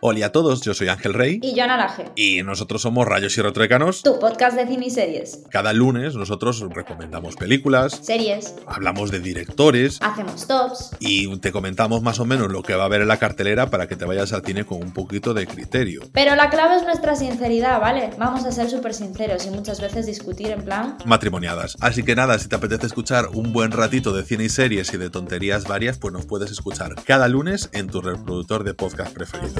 Hola a todos, yo soy Ángel Rey Y yo Naranje, y nosotros somos Rayos y Retroécanos. tu podcast de cine y series. Cada lunes nosotros recomendamos películas, Series, hablamos de directores hacemos tops, y te comentamos más o menos lo que va a haber en la cartelera para que te vayas al cine con un poquito de criterio. pero la clave es nuestra sinceridad, ¿vale? Vamos a ser súper sinceros y muchas veces discutir en plan... matrimoniadas. Así que nada, si te apetece escuchar un buen ratito de cine y series y de tonterías varias, pues nos puedes escuchar cada lunes en tu reproductor de podcast preferido.